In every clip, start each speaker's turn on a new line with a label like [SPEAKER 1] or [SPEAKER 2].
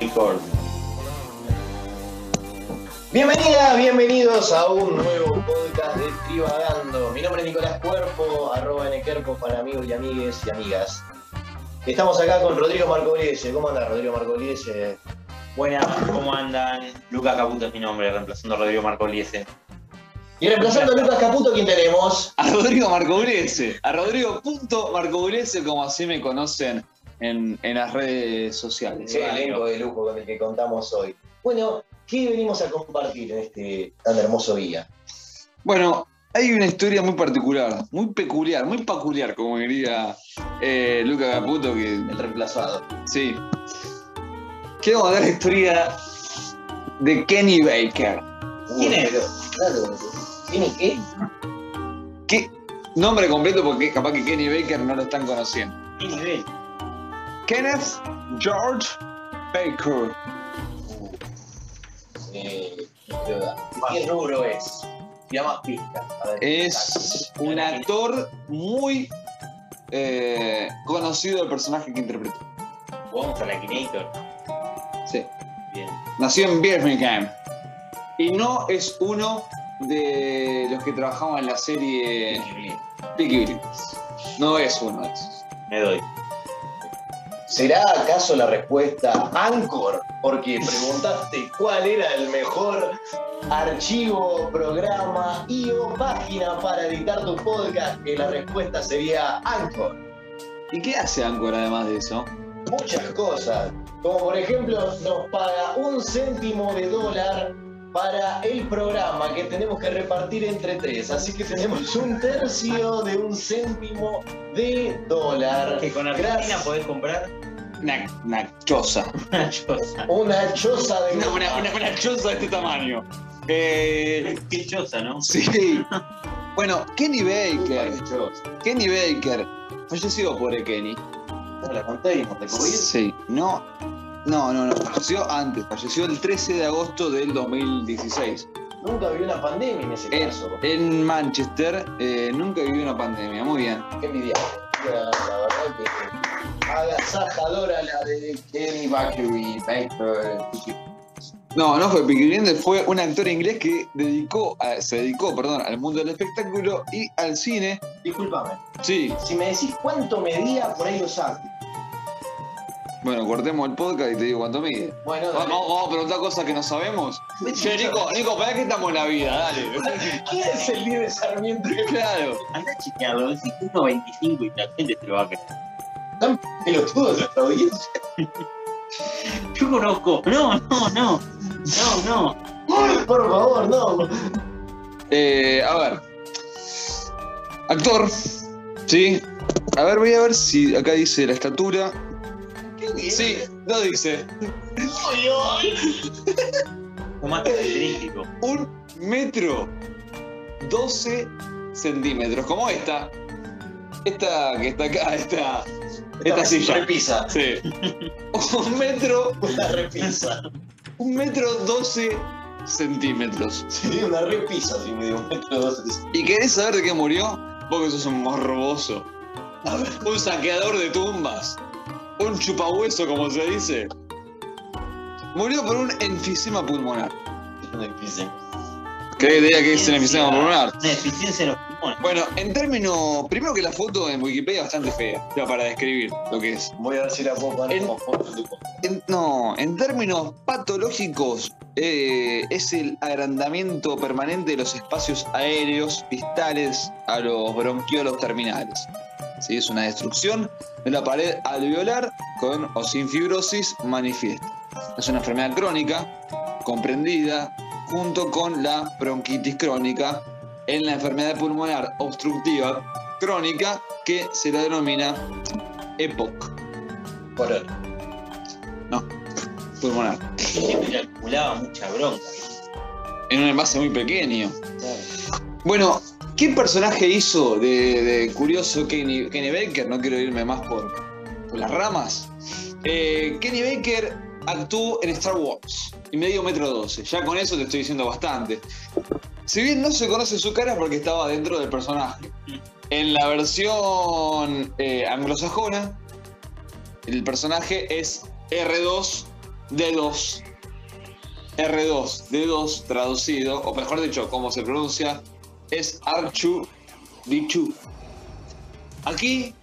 [SPEAKER 1] Record. Bienvenida, bienvenidos a un nuevo podcast de Tribagando. Mi nombre es Nicolás Cuerpo, arroba Nquerpo para amigos y amigues y amigas. Estamos acá con Rodrigo Marcogliese. ¿Cómo anda Rodrigo Marcogliese?
[SPEAKER 2] Buenas, ¿cómo andan? Lucas Caputo es mi nombre, reemplazando a Rodrigo Marcoliese.
[SPEAKER 1] Y reemplazando a Lucas Caputo, ¿quién tenemos?
[SPEAKER 3] A Rodrigo Marcogliese, a Rodrigo punto Marcogliese, como así me conocen en, en las redes sociales.
[SPEAKER 1] Sí, el elenco de lujo con el que contamos hoy. Bueno, ¿qué venimos a compartir en este tan hermoso día?
[SPEAKER 3] Bueno, hay una historia muy particular, muy peculiar, muy peculiar, como diría eh, Luca Caputo, que
[SPEAKER 1] El reemplazado.
[SPEAKER 3] sí. Quiero contar la historia de Kenny Baker.
[SPEAKER 2] ¿Quién
[SPEAKER 1] Uy,
[SPEAKER 2] es?
[SPEAKER 1] Uh, pero, Claro, ¿quién es qué?
[SPEAKER 3] ¿Qué? Nombre completo porque capaz que Kenny Baker no lo están conociendo.
[SPEAKER 2] ¿Qué nivel?
[SPEAKER 3] Kenneth George Baker.
[SPEAKER 1] Eh, ¿Qué rubro es? Tira más pistas. A ver.
[SPEAKER 3] Es un actor muy eh, conocido del personaje que interpretó.
[SPEAKER 2] Jugamos a la Akinator.
[SPEAKER 3] Sí.
[SPEAKER 2] Bien.
[SPEAKER 3] Nació en Birmingham. Y no es uno de los que trabajaban en la serie
[SPEAKER 2] Increíble.
[SPEAKER 3] Peaky Blinders. No es uno de esos.
[SPEAKER 2] Me doy.
[SPEAKER 1] ¿Será acaso la respuesta Anchor? Porque preguntaste cuál era el mejor archivo, programa y o página para editar tu podcast. Y la respuesta sería Anchor.
[SPEAKER 3] ¿Y qué hace Anchor además de eso?
[SPEAKER 1] Muchas cosas. Como por ejemplo, nos paga un céntimo de dólar para el programa que tenemos que repartir entre tres. Así que tenemos un tercio de un céntimo de dólar.
[SPEAKER 2] Que con Argentina
[SPEAKER 1] Gracias.
[SPEAKER 2] podés comprar
[SPEAKER 3] Una, una choza.
[SPEAKER 2] una choza.
[SPEAKER 1] Una choza de
[SPEAKER 3] Una, una- una- una choza de este tamaño. Eh,
[SPEAKER 2] Qué choza, ¿no?
[SPEAKER 3] sí. Bueno, Kenny Baker.
[SPEAKER 1] Una choza.
[SPEAKER 3] Kenny Baker. Fallecido por Kenny.
[SPEAKER 1] No, la containers de COVID.
[SPEAKER 3] Sí, no, no, no, no, falleció antes, falleció el 13 de agosto del 2016.
[SPEAKER 1] Nunca vivió una pandemia en ese
[SPEAKER 3] Eh.
[SPEAKER 1] caso.
[SPEAKER 3] En Manchester eh, nunca vivió una pandemia, muy bien.
[SPEAKER 1] Qué envidiable. La, la verdad que agasajadora la de Kenny Bakery. Baker.
[SPEAKER 3] No, no fue Peaky Blinders, fue un actor inglés que dedicó, a- se dedicó, perdón, al mundo del espectáculo y al cine.
[SPEAKER 1] Disculpame.
[SPEAKER 3] Sí,
[SPEAKER 1] Si me decís cuánto medía, por ahí lo saco.
[SPEAKER 3] bueno, cortemos el podcast y te digo cuánto mide.
[SPEAKER 1] Bueno,
[SPEAKER 3] Vamos,
[SPEAKER 1] dale.
[SPEAKER 3] vamos a preguntar cosas que no sabemos. Che, Nico, Nico, ¿para qué estamos en la vida? Dale.
[SPEAKER 1] ¿Quién es el líder sarmiento?
[SPEAKER 3] Claro.
[SPEAKER 2] Andá a chequearlo, decís que 1.25 y la gente te lo va a creer.
[SPEAKER 1] Pelotudo de nuestra audiencia.
[SPEAKER 2] Yo conozco. No, no, no. No, no.
[SPEAKER 1] Por favor, no.
[SPEAKER 3] Eh, a ver. Actor. Sí. A ver, voy a ver si acá dice la estatura. Sí, no dice.
[SPEAKER 2] Como más característico.
[SPEAKER 3] Un metro 12 centímetros. Como esta. Esta que está acá, esta. Esta silla.
[SPEAKER 1] Repisa.
[SPEAKER 3] Sí. Un metro.
[SPEAKER 1] Una repisa.
[SPEAKER 3] Un metro 12 centímetros.
[SPEAKER 1] Sí, una repisa si me dio un metro dos.
[SPEAKER 3] ¿Y querés saber de qué murió? Vos que sos un morboso. Un saqueador de tumbas. Un chupahueso, como se dice. Murió por un enfisema pulmonar.
[SPEAKER 1] Una repisa.
[SPEAKER 3] ¿Querés que te diga que es un enfisema pulmonar?
[SPEAKER 2] Una deficiencia en los pulmones.
[SPEAKER 3] Bueno, en términos. Primero que la foto en Wikipedia es bastante fea, ya para describir lo que es.
[SPEAKER 1] Voy a ver si la puedo poner
[SPEAKER 3] En-
[SPEAKER 1] como foto, tipo.
[SPEAKER 3] En- no, en términos patológicos, eh, es el agrandamiento permanente de los espacios aéreos distales a los bronquiolos terminales. Sí, es una destrucción de la pared alveolar con o sin fibrosis manifiesta. Es una enfermedad crónica comprendida junto con la bronquitis crónica en la enfermedad pulmonar obstructiva crónica que se la denomina EPOC
[SPEAKER 1] Por ahora.
[SPEAKER 3] pulmonar.
[SPEAKER 2] Siempre le acumulaba mucha bronca.
[SPEAKER 3] en un envase muy pequeño. Bueno, ¿qué personaje hizo de, de curioso Kenny, Kenny Baker? No quiero irme más por, por las ramas. Eh, Kenny Baker actuó en Star Wars y medio metro 12. Ya con eso te estoy diciendo bastante. Si bien no se conoce su cara porque estaba dentro del personaje. En la versión eh, anglosajona, el personaje es R2 D2. R2, D2 traducido, o mejor dicho, como se pronuncia, es Archu Dichu. Aquí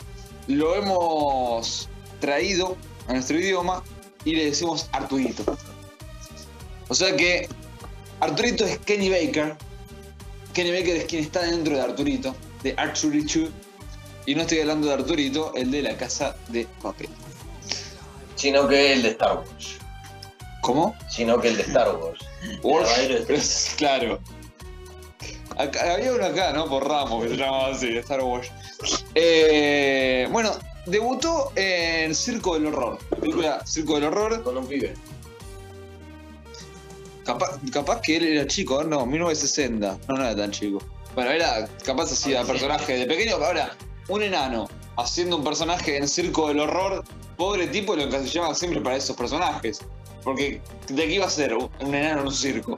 [SPEAKER 3] lo hemos traído a nuestro idioma y le decimos Arturito. O sea que Arturito es Kenny Baker. Kenny Baker es quien está dentro de Arturito, de Archurichu. Y no estoy hablando de Arturito, el de la casa de papel.
[SPEAKER 1] Sino que el de Star Wars.
[SPEAKER 3] ¿Cómo?
[SPEAKER 1] Sino que el de Star Wars.
[SPEAKER 3] Wolf.
[SPEAKER 1] Verdadero estrella.
[SPEAKER 3] Es- claro. Acá- había uno acá, ¿no? Por Ramos, que se llamaba así, de Star Wars. Eh, bueno, debutó en Circo del Horror. La película Circo del Horror.
[SPEAKER 1] Con un pibe.
[SPEAKER 3] Capaz, capaz que él era chico, ¿eh? no, 1960. No, no era tan chico. Bueno, era capaz hacía personaje de pequeño. Ahora, un enano haciendo un personaje en Circo del Horror, pobre tipo, lo encasillaban siempre para esos personajes. Porque, ¿de qué iba a ser un un enano en un circo?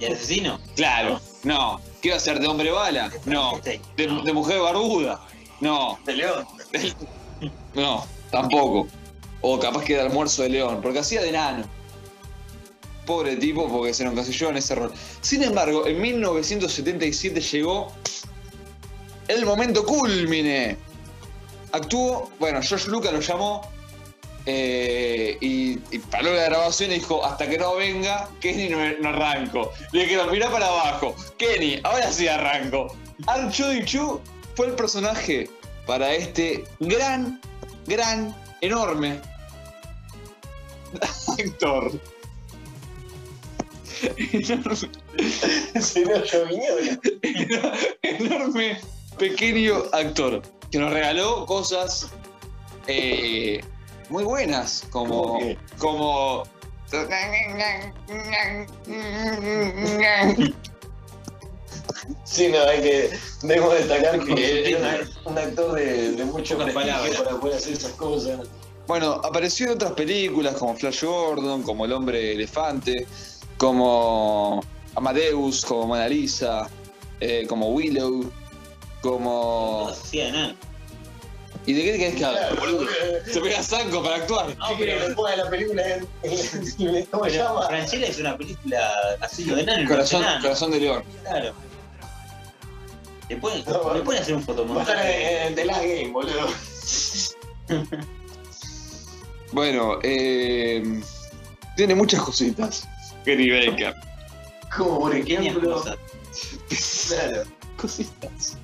[SPEAKER 2] ¿Y asesino?
[SPEAKER 3] Claro, no. ¿Qué iba a ser? ¿De hombre bala? No.
[SPEAKER 2] Sí.
[SPEAKER 3] ¿De, de mujer barbuda? No,
[SPEAKER 2] De león.
[SPEAKER 3] no, tampoco. O capaz que de almuerzo de león, porque hacía de nano. Pobre tipo, porque se nos encasilló en ese rol. Sin embargo, en 1977 llegó el momento culmine. Actuó, bueno, George Lucas lo llamó eh, y, y paró la grabación y dijo, hasta que no venga, Kenny no, no arranco. Le dijeron, mirá para abajo, Kenny, ahora sí arranco. Archudichu fue el personaje para este gran, gran, enorme actor. Enorme,
[SPEAKER 1] Señor Joviñola.
[SPEAKER 3] enorme, pequeño actor que nos regaló cosas eh, muy buenas,
[SPEAKER 1] ¿Cómo
[SPEAKER 3] como,
[SPEAKER 1] qué?
[SPEAKER 3] como
[SPEAKER 1] Sí, no, hay que. Debemos destacar
[SPEAKER 2] Con su
[SPEAKER 1] que
[SPEAKER 2] pierna.
[SPEAKER 1] es un actor de, de mucho
[SPEAKER 2] Con las
[SPEAKER 1] prestigio
[SPEAKER 2] palabras.
[SPEAKER 1] para poder hacer esas cosas.
[SPEAKER 3] Bueno, apareció en otras películas como Flash Gordon, como El Hombre Elefante, como Amadeus, como Mona Lisa, eh, como Willow,
[SPEAKER 2] No
[SPEAKER 3] como...
[SPEAKER 2] hacía nada.
[SPEAKER 3] ¿Y de qué te querés que hable,
[SPEAKER 1] Claro. eh,
[SPEAKER 3] boludo? Se pega zanco para actuar.
[SPEAKER 2] No,
[SPEAKER 1] pero
[SPEAKER 2] pero,
[SPEAKER 1] después de la película, en- en- ¿cómo se
[SPEAKER 2] pero
[SPEAKER 1] llama?
[SPEAKER 2] Franchella es una película así de enano.
[SPEAKER 3] Corazón,
[SPEAKER 2] no hace nada,
[SPEAKER 3] corazón de León.
[SPEAKER 2] Claro. Le pueden,
[SPEAKER 1] No,
[SPEAKER 2] le pueden hacer un
[SPEAKER 1] Va a estar
[SPEAKER 2] fotomontaje.
[SPEAKER 1] en eh, The Last Game, boludo.
[SPEAKER 3] Bueno, eh, tiene muchas cositas. Kenny Baker.
[SPEAKER 1] Como por
[SPEAKER 2] Pequeñas
[SPEAKER 1] ejemplo.
[SPEAKER 2] cosas.
[SPEAKER 1] Claro.
[SPEAKER 3] Cositas.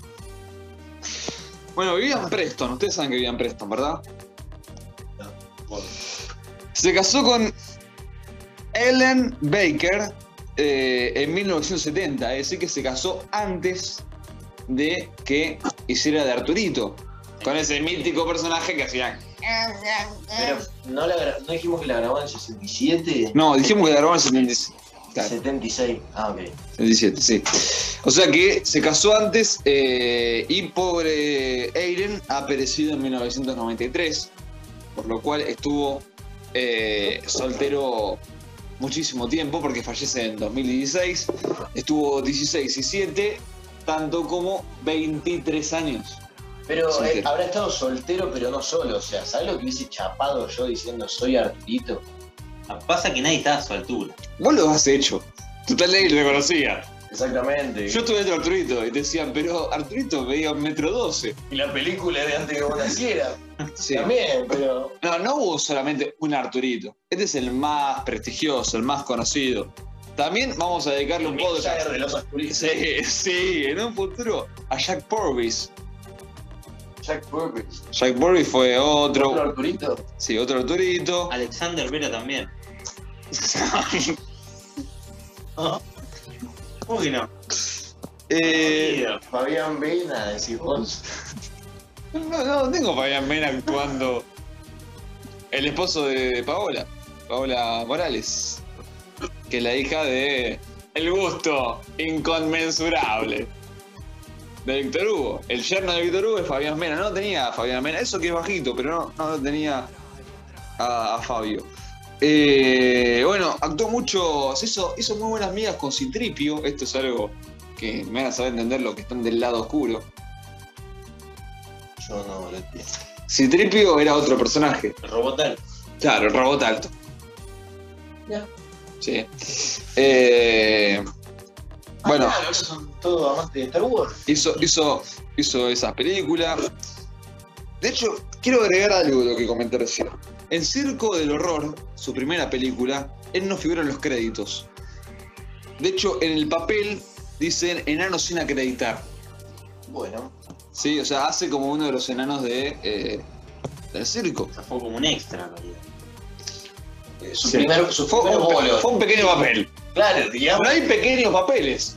[SPEAKER 3] Bueno, vivían Preston. Ustedes saben que vivían Preston, ¿verdad?
[SPEAKER 1] Bueno,
[SPEAKER 3] Se casó con Ellen Baker eh, en 1970, es decir, que se casó antes de que hiciera de Arturito, con ese mítico personaje que hacía.
[SPEAKER 1] Pero no, la gra- no dijimos que la grabó en 67.
[SPEAKER 3] No, dijimos que la grabó en el 76. Claro,
[SPEAKER 1] 76. Ah, ok.
[SPEAKER 3] 77, sí. O sea que se casó antes eh, y pobre Ellen ha perecido en 1993, por lo cual estuvo eh, soltero muchísimo tiempo porque fallece en 2016. Estuvo 16 y 7, tanto como 23 años.
[SPEAKER 1] Pero
[SPEAKER 3] Sí,
[SPEAKER 1] eh,
[SPEAKER 3] sí.
[SPEAKER 1] habrá estado soltero, pero no solo. O sea, ¿sabes lo que hubiese chapado yo diciendo soy Arturito?
[SPEAKER 2] Pasa que nadie estaba a su altura.
[SPEAKER 3] Vos lo has hecho. Total ley lo conocía.
[SPEAKER 1] Exactamente.
[SPEAKER 3] Yo estuve dentro de Arturito y te decían, pero Arturito veía un metro 12.
[SPEAKER 1] Y la película de antes que vos naciera.
[SPEAKER 3] Sí.
[SPEAKER 1] También, pero.
[SPEAKER 3] No, no hubo solamente un Arturito. Este es el más prestigioso, el más conocido. También vamos a dedicarle un podcast.
[SPEAKER 1] de los Arturitos.
[SPEAKER 3] Sí, sí, en un futuro a Jack Purvis.
[SPEAKER 1] Jack Purvis.
[SPEAKER 3] Jack Purvis fue
[SPEAKER 1] ¿Otro
[SPEAKER 3] otro,
[SPEAKER 1] Arturito?
[SPEAKER 3] sí, otro Arturito.
[SPEAKER 2] Ah, Alexander Vera también. ¿Ah? ¿Cómo que no?
[SPEAKER 3] Eh,
[SPEAKER 2] Olvido.
[SPEAKER 1] Fabián Vena, decís vos.
[SPEAKER 3] no, no tengo Fabián Mena actuando. El esposo de Paola, Paola Morales, que es la hija de El gusto inconmensurable de Víctor Hugo. El yerno de Víctor Hugo es Fabián Mena. No tenía a Fabián Mena, eso que es bajito, pero no, no lo tenía a, a Fabio. Eh, bueno, actuó mucho, se hizo, hizo muy buenas migas con Citripio. Esto es algo que me van a saber entender los que están del lado oscuro.
[SPEAKER 1] Yo no lo entiendo.
[SPEAKER 3] Citripio era otro personaje.
[SPEAKER 2] Robotal.
[SPEAKER 3] Claro, el robot alto.
[SPEAKER 1] Mira.
[SPEAKER 3] Sí. Eh,
[SPEAKER 1] Ah,
[SPEAKER 3] bueno,
[SPEAKER 1] claro, esos son todos amantes de Star Wars.
[SPEAKER 3] hizo, hizo, hizo esas películas. De hecho, quiero agregar algo de lo que comenté recién. En Circo del Horror, su primera película, él no figura en los créditos. De hecho, en el papel dicen enano sin acreditar.
[SPEAKER 1] Bueno,
[SPEAKER 3] Sí, o sea, hace como uno de los enanos de, eh, del circo.
[SPEAKER 2] O sea, fue como un extra en realidad.
[SPEAKER 1] eh, su
[SPEAKER 3] Sí.
[SPEAKER 1] primer, su
[SPEAKER 3] Fue
[SPEAKER 1] primer
[SPEAKER 3] un,
[SPEAKER 1] bolo.
[SPEAKER 3] fue un pequeño papel.
[SPEAKER 1] Claro, digamos.
[SPEAKER 3] No hay pequeños papeles.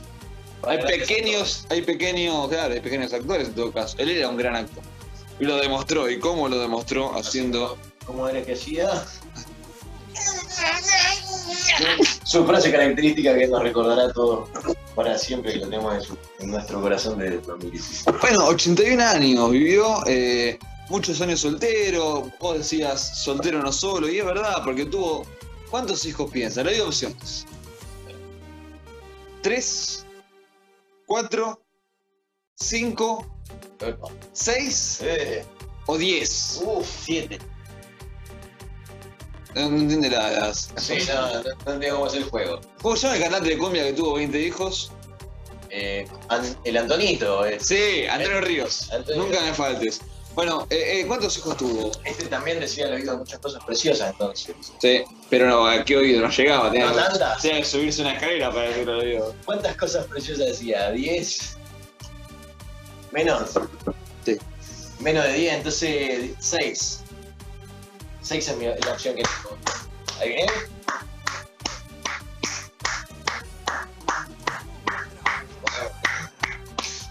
[SPEAKER 3] Hay
[SPEAKER 1] Claro,
[SPEAKER 3] pequeños, hay pequeños, claro, hay pequeños actores en todo caso. Él era un gran actor. Y lo demostró. ¿Y cómo lo demostró? Haciendo.
[SPEAKER 1] ¿Cómo era que hacía? Su frase característica que nos recordará todo para siempre que lo tenemos en, su- en nuestro corazón desde 2016.
[SPEAKER 3] Bueno, 81 años, vivió eh, muchos años soltero. Vos decías soltero no solo. Y es verdad, porque tuvo. ¿Cuántos hijos piensa? Le doy opciones: ¿Tres? ¿Cuatro? ¿Cinco? ¿Seis?
[SPEAKER 1] Eh,
[SPEAKER 3] ¿O diez?
[SPEAKER 1] uf,
[SPEAKER 2] Siete.
[SPEAKER 3] No, no entiende la- las.
[SPEAKER 1] sí, no, no, no entiendo cómo es el juego.
[SPEAKER 3] ¿Cómo se llama el cantante de cumbia que tuvo 20 hijos?
[SPEAKER 1] Eh, An- el Antonito, eh,
[SPEAKER 3] Sí, Antonio Ríos.
[SPEAKER 1] Antonio.
[SPEAKER 3] Nunca me faltes. Bueno, eh, eh, ¿cuántos hijos tuvo?
[SPEAKER 1] este también decía la vida muchas cosas preciosas entonces.
[SPEAKER 3] Sí, pero no, a qué oído no llegaba.
[SPEAKER 1] ¿No tantas?
[SPEAKER 3] tenía que subirse una escalera para decirlo al oído.
[SPEAKER 1] ¿Cuántas cosas preciosas decía? ¿10? Menos.
[SPEAKER 3] Sí.
[SPEAKER 1] Menos de 10, entonces 6. 6 es mi- la opción que tengo. ¿Ahí viene?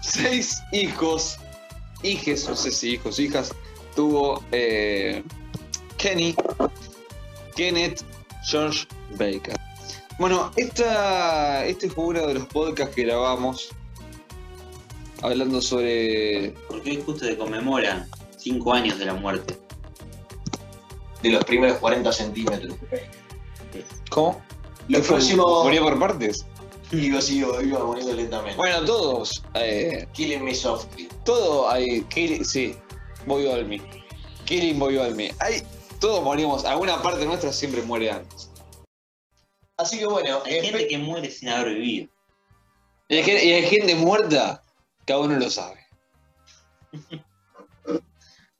[SPEAKER 3] Seis hijos, hijes, no sé si hijos, hijas, tuvo eh, Kenny, Kenneth, George Baker. Bueno, esta, este fue uno de los podcasts que grabamos hablando sobre
[SPEAKER 2] Porque hoy justo se conmemoran cinco años de la muerte.
[SPEAKER 1] De los primeros 40 centímetros.
[SPEAKER 3] ¿Cómo?
[SPEAKER 1] Los
[SPEAKER 3] Este
[SPEAKER 1] próximos.
[SPEAKER 3] ¿Moría por partes?
[SPEAKER 1] Iba, sí, iba, iba muriendo lentamente.
[SPEAKER 3] Bueno, todos. Eh,
[SPEAKER 1] Killing me softly.
[SPEAKER 3] todo hay. Killing, sí. Bobby Olmi. Killing Bobby Olmi. Hay. Todos morimos. Alguna parte nuestra siempre muere antes.
[SPEAKER 1] Así que bueno,
[SPEAKER 2] Hay gente
[SPEAKER 1] espe-
[SPEAKER 2] que muere sin haber vivido.
[SPEAKER 3] Y hay, gen- y hay gente muerta. Cada uno lo sabe.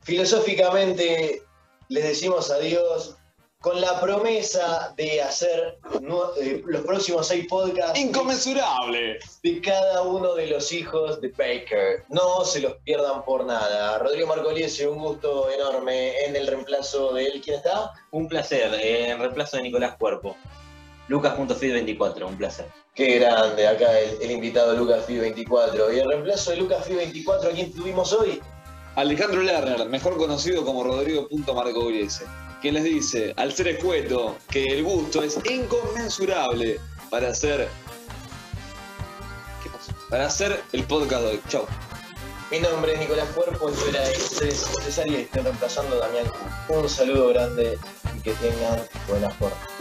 [SPEAKER 1] filosóficamente les decimos adiós con la promesa de hacer nue- eh, los próximos seis podcasts.
[SPEAKER 3] Inconmensurable.
[SPEAKER 1] de cada uno de los hijos de Baker. No se los pierdan por nada. Rodrigo Marcoliese, un gusto enorme en el reemplazo de él. ¿Quién está?
[SPEAKER 2] Un placer. eh, en reemplazo de Nicolás Cuerpo. Lucas.fit24, un placer.
[SPEAKER 1] Qué grande, acá el, el invitado Lucas Fi 24. Y el reemplazo de Lucas Fi 24, ¿a quién tuvimos hoy?
[SPEAKER 3] Alejandro Lerner, mejor conocido como Rodrigo.Marco que les dice, al ser escueto, que el gusto es inconmensurable para hacer. ¿Qué pasó? Para hacer el podcast de hoy. Chau.
[SPEAKER 1] Mi nombre es Nicolás Cuerpo, este, yo era César y estoy reemplazando a Damián. Un saludo grande y que tengan buena jornada.